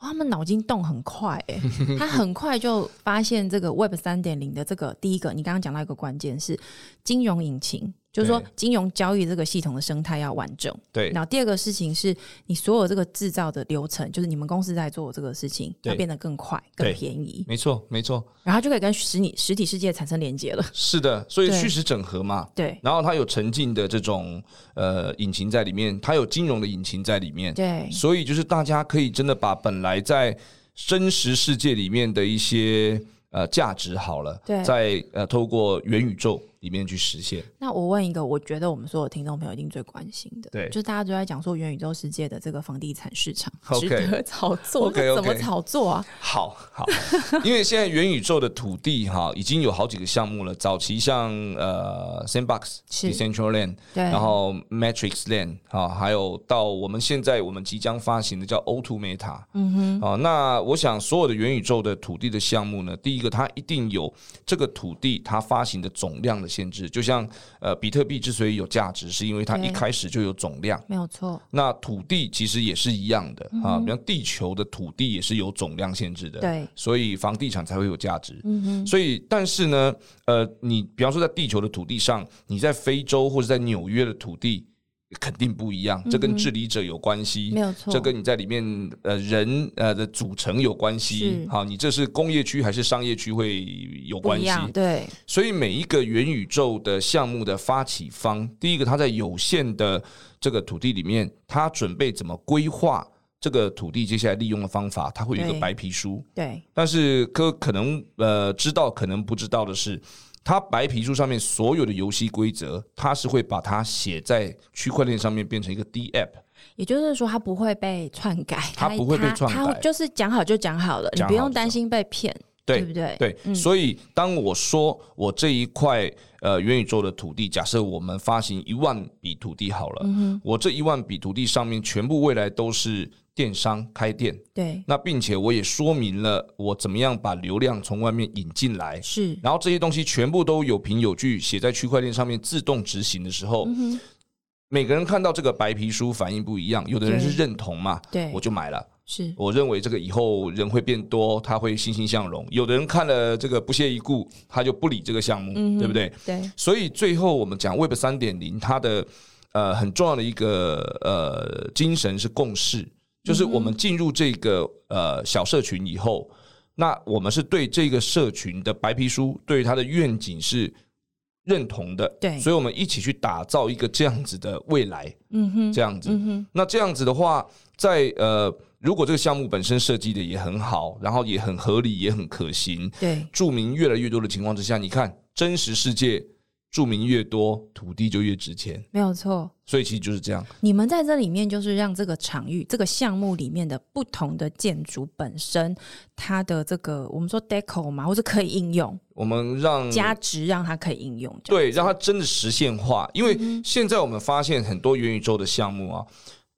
Speaker 1: 哇他们脑筋动很快哎、他很快就发现这个 Web 三点零的这个第一个，你刚刚讲到一个关键是金融引擎，就是说
Speaker 2: 对
Speaker 1: 金融交易这个系统的生态要完整。
Speaker 2: 对
Speaker 1: 然后第二个事情是你所有这个制造的流程，就是你们公司在做这个事情，
Speaker 2: 对
Speaker 1: 要变得更快、更
Speaker 2: 对
Speaker 1: 便宜，
Speaker 2: 没错，没错，
Speaker 1: 然后就可以跟实体实体世界产生连接了。
Speaker 2: 是的，所以
Speaker 1: 对
Speaker 2: 虚实整合嘛。
Speaker 1: 对
Speaker 2: 然后它有沉浸的这种呃引擎在里面，它有金融的引擎在里面，
Speaker 1: 对
Speaker 2: 所以就是大家可以真的把本来在真实世界里面的一些呃价值好了
Speaker 1: 对，
Speaker 2: 在呃透过元宇宙里面去实现。
Speaker 1: 那我问一个，我觉得我们所有听众朋友一定最关心的，
Speaker 2: 对
Speaker 1: 就大家都在讲说元宇宙世界的这个房地产市场
Speaker 2: [LAUGHS] OK
Speaker 1: 值得炒作，
Speaker 2: OK，OK
Speaker 1: 那怎么炒作啊？
Speaker 2: 好好， [LAUGHS] 因为现在元宇宙的土地哈已经有好几个项目了，早期像呃 Sandbox、
Speaker 1: 是
Speaker 2: Decentraland，
Speaker 1: 对，
Speaker 2: 然后 Matrix Land 啊，还有到我们现在我们即将发行的叫 O2 Meta，嗯哼，啊，那我想所有的元宇宙的土地的项目呢，第一个它一定有这个土地它发行的总量的限制，就像呃比特币之所以有价值，是因为它
Speaker 1: 对
Speaker 2: 一开始就有总量。
Speaker 1: 没有错，
Speaker 2: 那土地其实也是一样的啊，比方地球的土地也是有总量限制
Speaker 1: 嗯
Speaker 2: 的，
Speaker 1: 对，嗯
Speaker 2: 所以房地产才会有价值。所以但是呢，呃，你比方说在地球的土地上，你在非洲或者在纽约的土地肯定不一样，这跟治理者有关系。
Speaker 1: 嗯没有错，
Speaker 2: 这跟你在里面呃人呃的组成有关系
Speaker 1: 是，
Speaker 2: 好，你这是工业区还是商业区会有
Speaker 1: 不
Speaker 2: 关
Speaker 1: 一
Speaker 2: 系？
Speaker 1: 样，对，
Speaker 2: 所以每一个元宇宙的项目的发起方，第一个他在有限的这个土地里面，他准备怎么规划这个土地接下来利用的方法，他会有一个
Speaker 1: 对
Speaker 2: 白皮书。
Speaker 1: 对，
Speaker 2: 但是可可能呃知道可能不知道的是，它白皮书上面所有的游戏规则，它是会把它写在区块链上面变成一个 D app。
Speaker 1: 也就是说，它不会被篡改，
Speaker 2: 它不会被篡改
Speaker 1: 它就是讲好就讲好了，你
Speaker 2: 讲好
Speaker 1: 不用担心被骗，
Speaker 2: 对
Speaker 1: 不对？嗯
Speaker 2: 对，所以当我说我这一块呃元宇宙的土地，假设我们发行一万笔土地好
Speaker 1: 嗯
Speaker 2: 了，我这一万笔土地上面全部未来都是电商开店，
Speaker 1: 对，
Speaker 2: 那并且我也说明了我怎么样把流量从外面引进来，
Speaker 1: 是
Speaker 2: 然后这些东西全部都有凭有据写在区块链上面自动执行的时候，
Speaker 1: 嗯
Speaker 2: 每个人看到这个白皮书反应不一样，有的人
Speaker 1: 对
Speaker 2: 是认同嘛，
Speaker 1: 对
Speaker 2: 我就买了。
Speaker 1: 是，
Speaker 2: 我认为这个以后人会变多，他会欣欣向荣。有的人看了这个不屑一顾，他就不理这个项目，
Speaker 1: 嗯
Speaker 2: 对不对？
Speaker 1: 对，
Speaker 2: 所以最后我们讲 Web 三点零，它的呃很重要的一个呃精神是共识，
Speaker 1: 嗯
Speaker 2: 就是我们进入这个呃小社群以后，那我们是对这个社群的白皮书，对于它的愿景是认同的，
Speaker 1: 对
Speaker 2: 所以我们一起去打造一个这样子的未来，
Speaker 1: 嗯哼，
Speaker 2: 这样子。
Speaker 1: 嗯哼，
Speaker 2: 那这样子的话，在呃，如果这个项目本身设计的也很好，然后也很合理，也很可行，
Speaker 1: 对，
Speaker 2: 著名越来越多的情况之下，你看真实世界著名越多，土地就越值钱，
Speaker 1: 没有错。
Speaker 2: 所以其实就是这样。
Speaker 1: 你们在这里面就是让这个场域、这个项目里面的不同的建筑本身，它的这个我们说 deco 嘛，或者可以应用
Speaker 2: 我们让
Speaker 1: 价值，让它可以应用。这样，
Speaker 2: 对让它真的实现化，因为现在我们发现很多元宇宙的项目啊。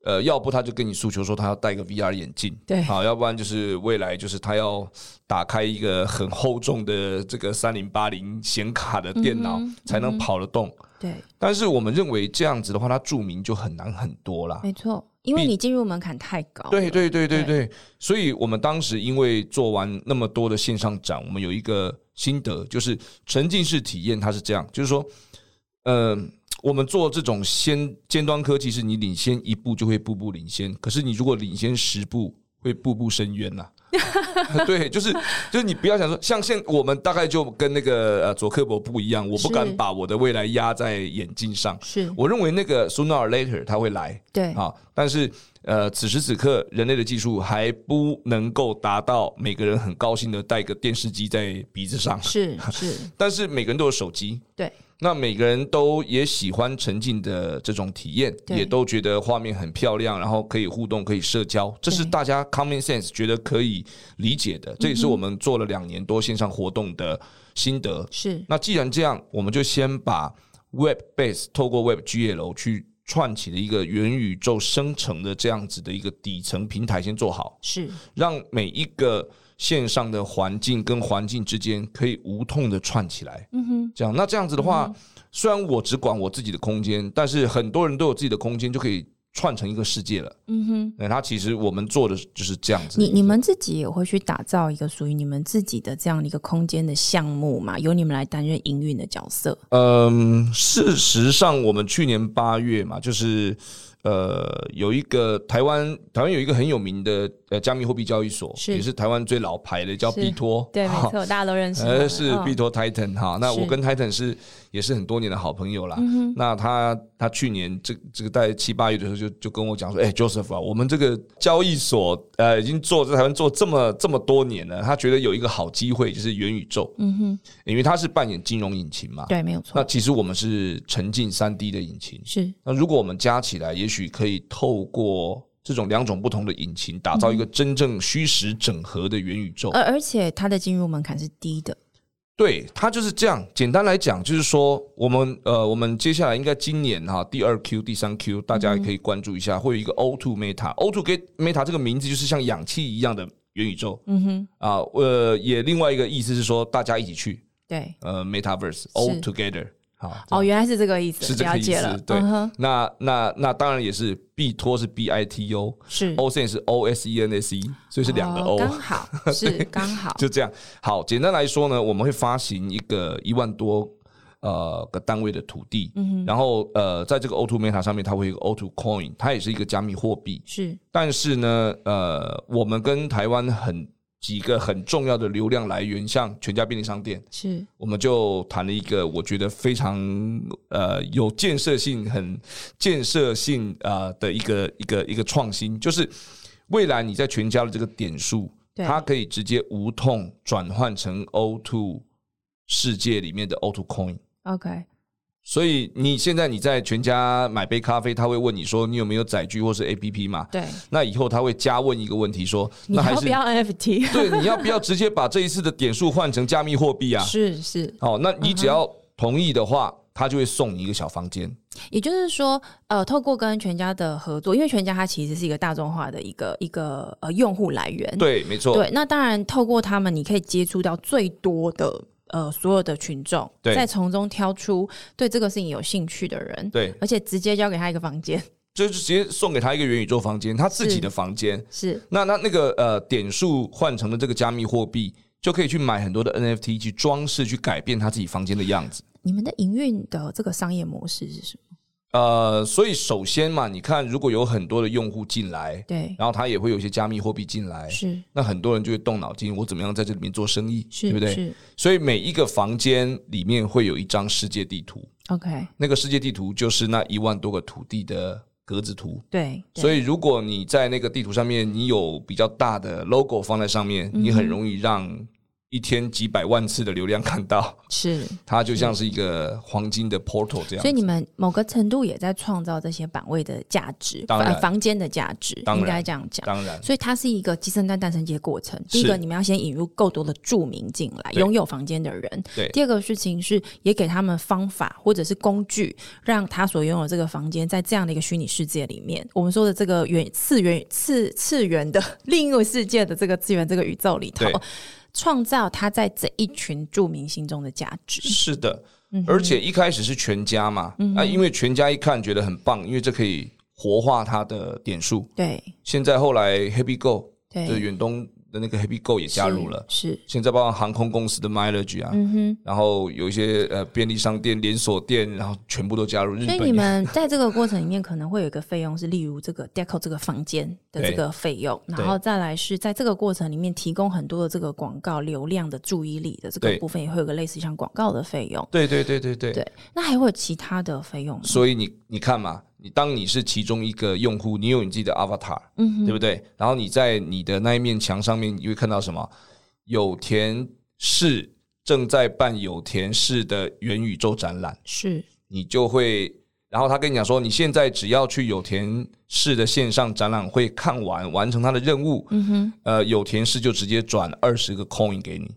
Speaker 2: 呃，要不他就跟你诉求说他要戴个 VR 眼镜，
Speaker 1: 对
Speaker 2: 好，要不然就是未来就是他要打开一个很厚重的这个三零八零显卡的电脑、才能跑得动。
Speaker 1: 对，
Speaker 2: 但是我们认为这样子的话，它注明就很难很多啦。
Speaker 1: 没错，因为你进入门槛太高。
Speaker 2: 对，对对对对，所以我们当时因为做完那么多的线上展，我们有一个心得，就是沉浸式体验它是这样，就是说，呃，我们做这种先尖端科技，是你领先一步就会步步领先，可是你如果领先十步，会步步深渊呐、对，就是就是你不要想说，像现我们大概就跟那个呃佐克伯不一样，我
Speaker 1: 是
Speaker 2: 不敢把我的未来压在眼镜上。
Speaker 1: 是，
Speaker 2: 我认为那个 sooner or later 它会来，
Speaker 1: 对，
Speaker 2: 啊，但是呃，此时此刻人类的技术还不能够达到每个人很高兴的戴个电视机在鼻子上，
Speaker 1: 是是，
Speaker 2: 但是每个人都有手机，
Speaker 1: 对，
Speaker 2: 那每个人都也喜欢沉浸的这种体验，
Speaker 1: 对
Speaker 2: 也都觉得画面很漂亮，然后可以互动，可以社交，这是
Speaker 1: 对嗯
Speaker 2: 大家 common sense 觉得可以理解的，这也是我们做了两年多线上活动的心得。
Speaker 1: 是
Speaker 2: 那既然这样，我们就先把 Web Base 透过 Web GL 去串起的一个元宇宙生成的这样子的一个底层平台先做好，
Speaker 1: 是，
Speaker 2: 让每一个线上的环境跟环境之间可以无痛的串起来。
Speaker 1: 嗯哼，
Speaker 2: 这样，那这样子的话，虽然我只管我自己的空间，但是很多人都有自己的空间，就可以串成一个世界了。
Speaker 1: 嗯哼。
Speaker 2: 那它其实我们做的就是这样子的一
Speaker 1: 你
Speaker 2: 个。
Speaker 1: 你们自己也会去打造一个属于你们自己的这样的一个空间的项目嘛？由你们来担任营运的角色。
Speaker 2: 嗯，事实上，我们去年八月嘛，就是呃，有一个台湾台湾有一个很有名的呃加密货币交易所，
Speaker 1: 是
Speaker 2: 也是台湾最老牌的，叫
Speaker 1: 是
Speaker 2: 币托。
Speaker 1: 对，没
Speaker 2: 哈
Speaker 1: 错，大家都认识。
Speaker 2: 呃，是
Speaker 1: 嗯
Speaker 2: 必托 Titan 哈，那
Speaker 1: 是嗯
Speaker 2: 我跟 Titan 是也是很多年的好朋友啦。那他他去年这这个在七八月的时候就就跟我讲说，哎、j o s e p h 啊，我们这个交易所呃已经做在台湾做这么这么多年了，他觉得有一个好机会就是元宇宙，
Speaker 1: 嗯哼，
Speaker 2: 因为他是扮演金融引擎嘛。
Speaker 1: 对，没有
Speaker 2: 那
Speaker 1: 错，
Speaker 2: 其实我们是沉浸三 D 的引擎，
Speaker 1: 是
Speaker 2: 那如果我们加起来，也许可以透过这种两种不同的引擎，打造一个真正虚实整合的元宇宙。
Speaker 1: 而而且它的进入门槛是低的，
Speaker 2: 对，它就是这样。简单来讲，就是说我们呃，我们接下来应该今年哈、第二 Q、第三 Q，大家也可以关注一
Speaker 1: 嗯
Speaker 2: 下，会有一个 O2 Meta。O2 给 Meta 这个名字就是像氧气一样的元宇宙
Speaker 1: 嗯哼，
Speaker 2: 啊、呃，也另外一个意思是说大家一起去
Speaker 1: 对，
Speaker 2: 呃 Metaverse all together 好。这样
Speaker 1: 哦，原来是这个意思，
Speaker 2: 是这
Speaker 1: 了
Speaker 2: 个意
Speaker 1: 解了
Speaker 2: 思，，对
Speaker 1: 嗯哼，。
Speaker 2: 那那那当然也是币托是 B I T O，
Speaker 1: 是
Speaker 2: O Sen 是 O S E N S E，所哦以是两个
Speaker 1: 哦
Speaker 2: O，、
Speaker 1: 刚好
Speaker 2: [LAUGHS]
Speaker 1: 是刚好，
Speaker 2: 就这样。好，简单来说呢，我们会发行一个一万多呃个单位的土地，
Speaker 1: 嗯
Speaker 2: 然后呃，在这个 O2 Meta 上面，它会有一个 O2 Coin，它也是一个加密货币。
Speaker 1: 是
Speaker 2: 但是呢，呃，我们跟台湾很几个很重要的流量来源，像全家便利商店，
Speaker 1: 是
Speaker 2: 我们就谈了一个我觉得非常呃有建设性、很呃建设性呃的一个一个一个创新，就是未来你在全家的这个点数，
Speaker 1: 对
Speaker 2: 它可以直接无痛转换成 O2 世界里面的 O2 Coin。
Speaker 1: OK，
Speaker 2: 所以你现在你在全家买杯咖啡，他会问你说你有没有载具或是 APP 嘛？
Speaker 1: 对，
Speaker 2: 那以后他会加问一个问题说，
Speaker 1: 你
Speaker 2: 那还
Speaker 1: 要
Speaker 2: 是啊
Speaker 1: 不要
Speaker 2: [LAUGHS]
Speaker 1: NFT？
Speaker 2: 对你要不要直接把这一次的点数换成加密货币啊？
Speaker 1: 是是，
Speaker 2: 哦，那你
Speaker 1: 嗯
Speaker 2: 只要同意的话，他就会送你一个小房间。
Speaker 1: 也就是说，呃，透过跟全家的合作，因为全家它其实是一个大众化的一个一个呃用户来源，
Speaker 2: 对，没错，
Speaker 1: 对，那当然透过他们，你可以接触到最多的呃所有的群众，
Speaker 2: 对
Speaker 1: 再从中挑出对这个事情有兴趣的人，
Speaker 2: 对，
Speaker 1: 而且直接交给他一个房间， [LAUGHS]
Speaker 2: 就是直接送给他一个元宇宙房间，他自己的房间。
Speaker 1: 是
Speaker 2: 那那那个呃，点数换成了这个加密货币，就可以去买很多的 NFT 去装饰，去改变他自己房间的样子。
Speaker 1: 你们的营运的这个商业模式是什么？
Speaker 2: 呃，所以首先嘛，你看，如果有很多的用户进来，
Speaker 1: 对，
Speaker 2: 然后他也会有一些加密货币进来，
Speaker 1: 是
Speaker 2: 那很多人就会动脑筋，我怎么样在这里面做生意，
Speaker 1: 是，
Speaker 2: 对不对？
Speaker 1: 是
Speaker 2: 所以每一个房间里面会有一张世界地图，
Speaker 1: OK，
Speaker 2: 那个世界地图就是那一万多个土地的格子图。
Speaker 1: 对，对
Speaker 2: 所以，如果你在那个地图上面，你有比较大的 logo 放在上面，
Speaker 1: 嗯
Speaker 2: 你很容易让一天几百万次的流量看到， [LAUGHS]
Speaker 1: 是，
Speaker 2: 它就像是一个黄金的 portal 这样
Speaker 1: 所以。你们某个程度也在创造这些版位的价值，
Speaker 2: 当然
Speaker 1: 呃房间的价值，
Speaker 2: 当
Speaker 1: 应
Speaker 2: 然
Speaker 1: 该这样讲。
Speaker 2: 当然，
Speaker 1: 所以它是一个鸡生蛋，蛋生鸡的过程。第一个，
Speaker 2: 是
Speaker 1: 你们要先引入够多的住民进来，
Speaker 2: 对
Speaker 1: 拥有房间的人。
Speaker 2: 对
Speaker 1: 第二个事情是，也给他们方法或者是工具，让他所拥有这个房间，在这样的一个虚拟世界里面，我们说的这个元次元次次元的另一个世界的这个次元这个宇宙里头
Speaker 2: 对，
Speaker 1: 创造他在这一群住民心中的价值。
Speaker 2: 是的。
Speaker 1: 嗯
Speaker 2: 而且一开始是全家嘛，啊，因为全家一看觉得很棒，因为这可以活化它的点数。
Speaker 1: 对
Speaker 2: 现在后来 Happy Go
Speaker 1: 对，
Speaker 2: 的远东的那个 Happy Go 也加入了。
Speaker 1: 是。是
Speaker 2: 现在包括航空公司的 mileage 啊，
Speaker 1: 嗯
Speaker 2: 然后有一些呃便利商店、连锁店，然后全部都加入日
Speaker 1: 所以
Speaker 2: 本
Speaker 1: 你
Speaker 2: 也。
Speaker 1: 们在这个过程里面可能会有一个费用是，例如这个 deco 这个房间的这个费用，然后再来是在这个过程里面提供很多的这个广告流量的注意力的这个
Speaker 2: 对
Speaker 1: 部分，也会有个类似像广告的费用。
Speaker 2: 对对对对对。
Speaker 1: 对，那还会有其他的费用吗？
Speaker 2: 所以你你看嘛，你当你是其中一个用户，你有你自己的 avatar，、对
Speaker 1: 嗯
Speaker 2: 不对？然后你在你的那一面墙上面，你会看到什么？有田市正在办有田市的元宇宙展览，
Speaker 1: 是
Speaker 2: 你就会，然后他跟你讲说，你现在只要去有田市的线上展览会看完，完成他的任务，嗯哼，呃，有田市就直接转二十个 coin 给你，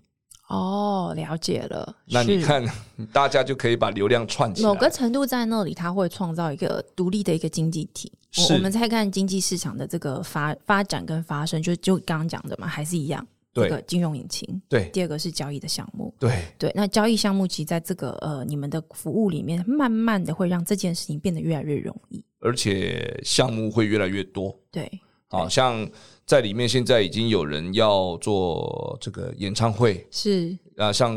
Speaker 1: 哦，了解了。
Speaker 2: 那你
Speaker 1: 是
Speaker 2: 看， [LAUGHS] 大家就可以把流量串起来。
Speaker 1: 某个程度在那里，它会创造一个独立的一个经济体。我
Speaker 2: 是
Speaker 1: 我们在看经济市场的这个发发展跟发生，就就刚刚讲的嘛，还是一样，这
Speaker 2: 对
Speaker 1: 个金融引擎。
Speaker 2: 对
Speaker 1: 第二个是交易的项目，
Speaker 2: 对，
Speaker 1: 对，那交易项目其实在这个呃你们的服务里面，慢慢的会让这件事情变得越来越容易。
Speaker 2: 而且项目会越来越多。
Speaker 1: 对，
Speaker 2: 好像在里面现在已经有人要做这个演唱会
Speaker 1: 是
Speaker 2: 啊、像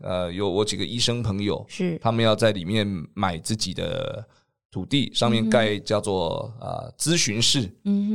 Speaker 2: 呃有我几个医生朋友，
Speaker 1: 是
Speaker 2: 他们要在里面买自己的土地上面盖叫做呃咨询室，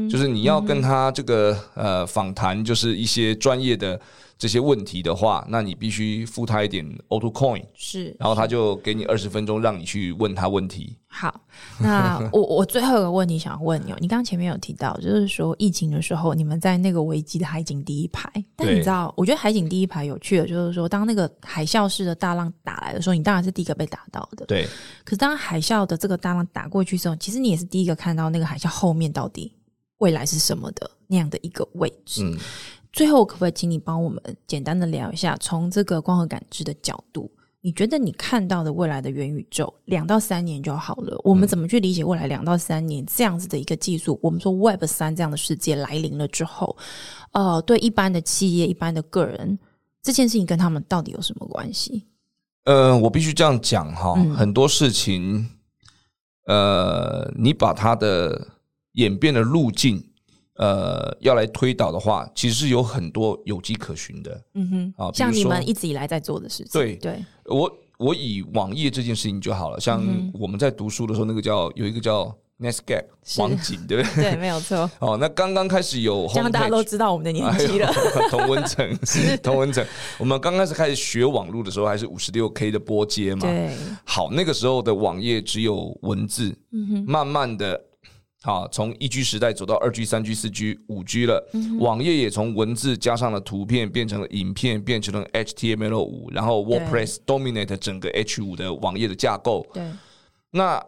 Speaker 2: 就是你要跟他这个呃访谈，就是一些专业的这些问题的话，那你必须付他一点 O to Coin，
Speaker 1: 是
Speaker 2: 然后他就给你二十分钟让你去问他问题。
Speaker 1: 好， [LAUGHS] 那我我最后一个问题想问你哦，你刚刚前面有提到，就是说疫情的时候，你们在那个危机的海景第一排，但你
Speaker 2: 对
Speaker 1: 知道，我觉得海景第一排有趣的，就是说，当那个海啸式的大浪打来的时候，你当然是第一个被打到的，
Speaker 2: 对，
Speaker 1: 可是当海啸的这个大浪打过去之后，其实你也是第一个看到那个海啸后面到底未来是什么的那样的一个位置。
Speaker 2: 嗯，
Speaker 1: 最后，可不可以请你帮我们简单的聊一下，从这个光和感知的角度，你觉得你看到的未来的元宇宙两到三年就好了？我
Speaker 2: 嗯
Speaker 1: 们怎么去理解未来两到三年这样子的一个技术？我们说 Web 三这样的世界来临了之后，呃，对一般的企业、一般的个人，这件事情跟他们到底有什么关系？
Speaker 2: 呃，我必须这样讲哈，
Speaker 1: 嗯
Speaker 2: 很多事情，呃，你把它的演变的路径，呃，要来推导的话，其实是有很多有迹可循的。
Speaker 1: 嗯哼，
Speaker 2: 啊比
Speaker 1: 像
Speaker 2: 如
Speaker 1: 你
Speaker 2: 说
Speaker 1: 们一直以来在做的事情，
Speaker 2: 对
Speaker 1: 对。
Speaker 2: 我我以网页这件事情就好了，像
Speaker 1: 嗯
Speaker 2: 我们在读书的时候，那个叫有一个叫 Netscape
Speaker 1: 是
Speaker 2: 网景，对不对？
Speaker 1: 对，没有
Speaker 2: [LAUGHS]
Speaker 1: 错。
Speaker 2: 哦，那刚刚开始有 homepage，
Speaker 1: 这样大家都知道我们的年纪了。
Speaker 2: 哎呦 [LAUGHS] 同温层，
Speaker 1: [LAUGHS]
Speaker 2: 同温层。我们刚开始开始学网络的时候，还是五十六 K 的波接嘛。
Speaker 1: 对，
Speaker 2: 好，那个时候的网页只有文字，慢慢的，啊，从一 G 时代走到二 G、三 G、四 G、五 G 了，网页也从文字加上了图片，变成了影片，变成了 HTML 五，然后
Speaker 1: 对
Speaker 2: WordPress dominate 整个 H 五的网页的架构。
Speaker 1: 对，
Speaker 2: 那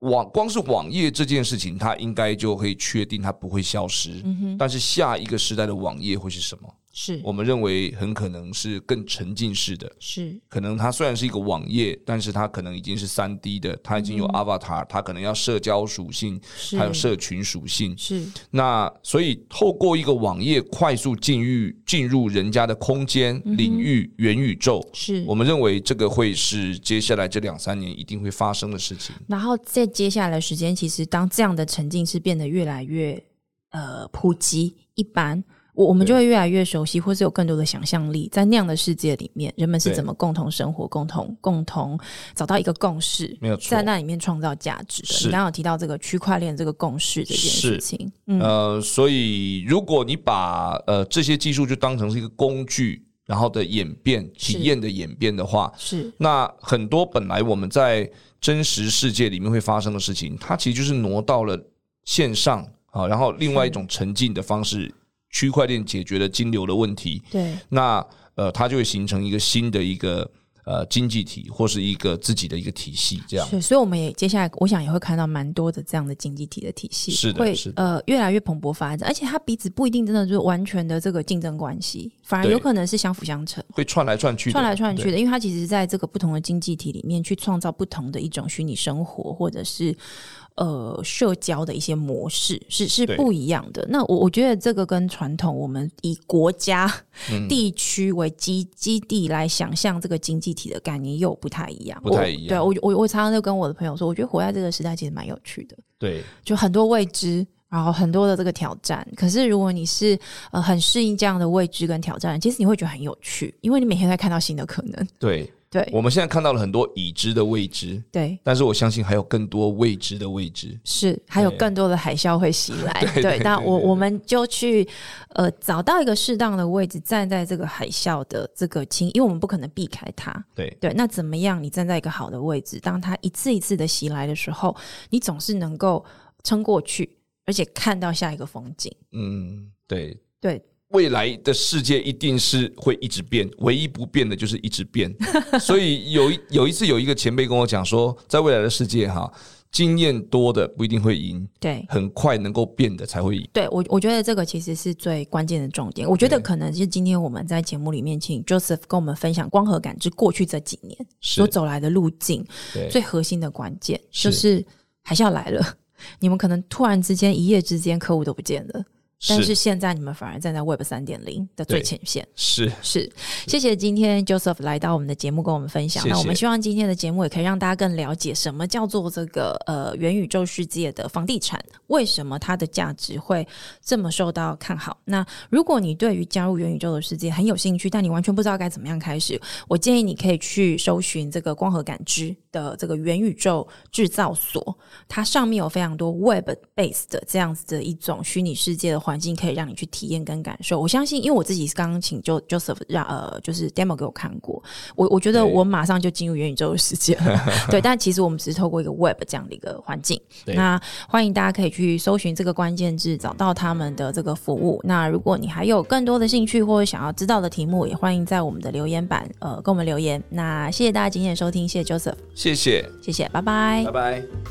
Speaker 2: 网光是网页这件事情，它应该就可以确定它不会消失。但是下一个时代的网页会是什么？
Speaker 1: 是
Speaker 2: 我们认为很可能是更沉浸式的，
Speaker 1: 是，
Speaker 2: 可能它虽然是一个网页，但是它可能已经是三 D 的，它已经有 avatar，它可能要社交属性，
Speaker 1: 嗯是
Speaker 2: 还有社群属性。
Speaker 1: 是
Speaker 2: 那所以透过一个网页快速进入进入人家的空间、领域、元宇宙，
Speaker 1: 嗯是
Speaker 2: 我。们认为这个会是接下来这两三年一定会发生的事情。
Speaker 1: 然后在接下来的时间，其实当这样的沉浸式变得越来越呃普及，一般我我们就会越来越熟悉，或是有更多的想象力，在那样的世界里面，人们是
Speaker 2: 对
Speaker 1: 怎么共同生活、共同共同找到一个共识，
Speaker 2: 没有错
Speaker 1: 在那里面创造价值的。
Speaker 2: 是
Speaker 1: 你刚刚有提到这个区块链这个共识这件事
Speaker 2: 是
Speaker 1: 情，嗯，
Speaker 2: 呃，所以如果你把呃这些技术就当成是一个工具，然后的演变、
Speaker 1: 是
Speaker 2: 体验的演变的话，
Speaker 1: 是
Speaker 2: 那很多本来我们在真实世界里面会发生的事情，它其实就是挪到了线上啊，然后另外一种沉浸的方式，区块链解决了金流的问题，
Speaker 1: 对，
Speaker 2: 那呃，它就会形成一个新的一个呃经济体或是一个自己的一个体系，这样
Speaker 1: 是，所以我们也接下来，我想也会看到蛮多的这样的经济体的体系，
Speaker 2: 是的
Speaker 1: 会
Speaker 2: 是的
Speaker 1: 呃越来越蓬勃发展，而且它彼此不一定真的就是完全的这个竞争关系，反而有
Speaker 2: 对
Speaker 1: 可能是相辅相成。
Speaker 2: 会串来串去的，
Speaker 1: 串来串去
Speaker 2: 对
Speaker 1: 的，因为它其实在这个不同的经济体里面去创造不同的一种虚拟生活，或者是呃社交的一些模式，是是
Speaker 2: 对
Speaker 1: 不一样的。那我我觉得这个跟传统我们以国家、[LAUGHS]
Speaker 2: 嗯
Speaker 1: 地区为基基地来想象这个经济体的概念又不太一样，
Speaker 2: 不太一样
Speaker 1: 我对我我我常常就跟我的朋友说，我觉得活在这个时代其实蛮有趣的。
Speaker 2: 对
Speaker 1: 就很多未知，然后很多的这个挑战。可是如果你是呃很适应这样的未知跟挑战，其实你会觉得很有趣，因为你每天在看到新的可能。
Speaker 2: 对。
Speaker 1: 对
Speaker 2: 我们现在看到了很多已知的未知，
Speaker 1: 对，
Speaker 2: 但是我相信还有更多未知的未知。
Speaker 1: 是还有
Speaker 2: 对
Speaker 1: 更多的海啸会袭来。
Speaker 2: 对对
Speaker 1: 但我
Speaker 2: 对对
Speaker 1: 我们就去呃找到一个适当的位置，站在这个海啸的这个倾，因为我们不可能避开它。
Speaker 2: 对，
Speaker 1: 对，那怎么样？你站在一个好的位置，当它一次一次的袭来的时候，你总是能够撑过去，而且看到下一个风景。
Speaker 2: 嗯，对，
Speaker 1: 对，
Speaker 2: 未来的世界一定是会一直变，唯一不变的就是一
Speaker 1: [LAUGHS]
Speaker 2: 直变。所以有一有一次有一个前辈跟我讲说，在未来的世界哈，经验多的不一定会赢，
Speaker 1: 对，
Speaker 2: 很快能够变的才会赢。
Speaker 1: 对我，我觉得这个其实是最关键的重点。我觉得
Speaker 2: 对
Speaker 1: 可能是今天我们在节目里面请 Joseph 跟我们分享光合感知过去这几年
Speaker 2: 是
Speaker 1: 所，走来的路径，
Speaker 2: 对
Speaker 1: 最核心的关键
Speaker 2: 是
Speaker 1: 就是海啸来了，你们可能突然之间一夜之间客户都不见了，但是现在你们反而站在 Web 三点零的最
Speaker 2: 对
Speaker 1: 前线。
Speaker 2: 是，
Speaker 1: 是，谢谢今天 Joseph 来到我们的节目跟我们分享。
Speaker 2: 谢谢
Speaker 1: 那我们希望今天的节目也可以让大家更了解什么叫做这个呃元宇宙世界的房地产，为什么它的价值会这么受到看好。那如果你对于加入元宇宙的世界很有兴趣，但你完全不知道该怎么样开始，我建议你可以去搜寻这个光合感知。的这个元宇宙制造所，它上面有非常多 Web base 的这样子的一种虚拟世界的环境，可以让你去体验跟感受。我相信，因为我自己刚刚请 Jo Joseph 让呃就是 demo 给我看过，我我觉得
Speaker 2: 对
Speaker 1: 我马上就进入元宇宙的世界了。对，但其实我们只是透过一个 Web 这样的一个环境。
Speaker 3: 对
Speaker 1: 那欢迎大家可以去搜寻这个关键字，找到他们的这个服务。那如果你还有更多的兴趣或者想要知道的题目，也欢迎在我们的留言板呃跟我们留言。那谢谢大家今天的收听，谢谢 Joseph，
Speaker 2: 谢谢，
Speaker 1: 谢谢，拜拜
Speaker 2: 拜拜。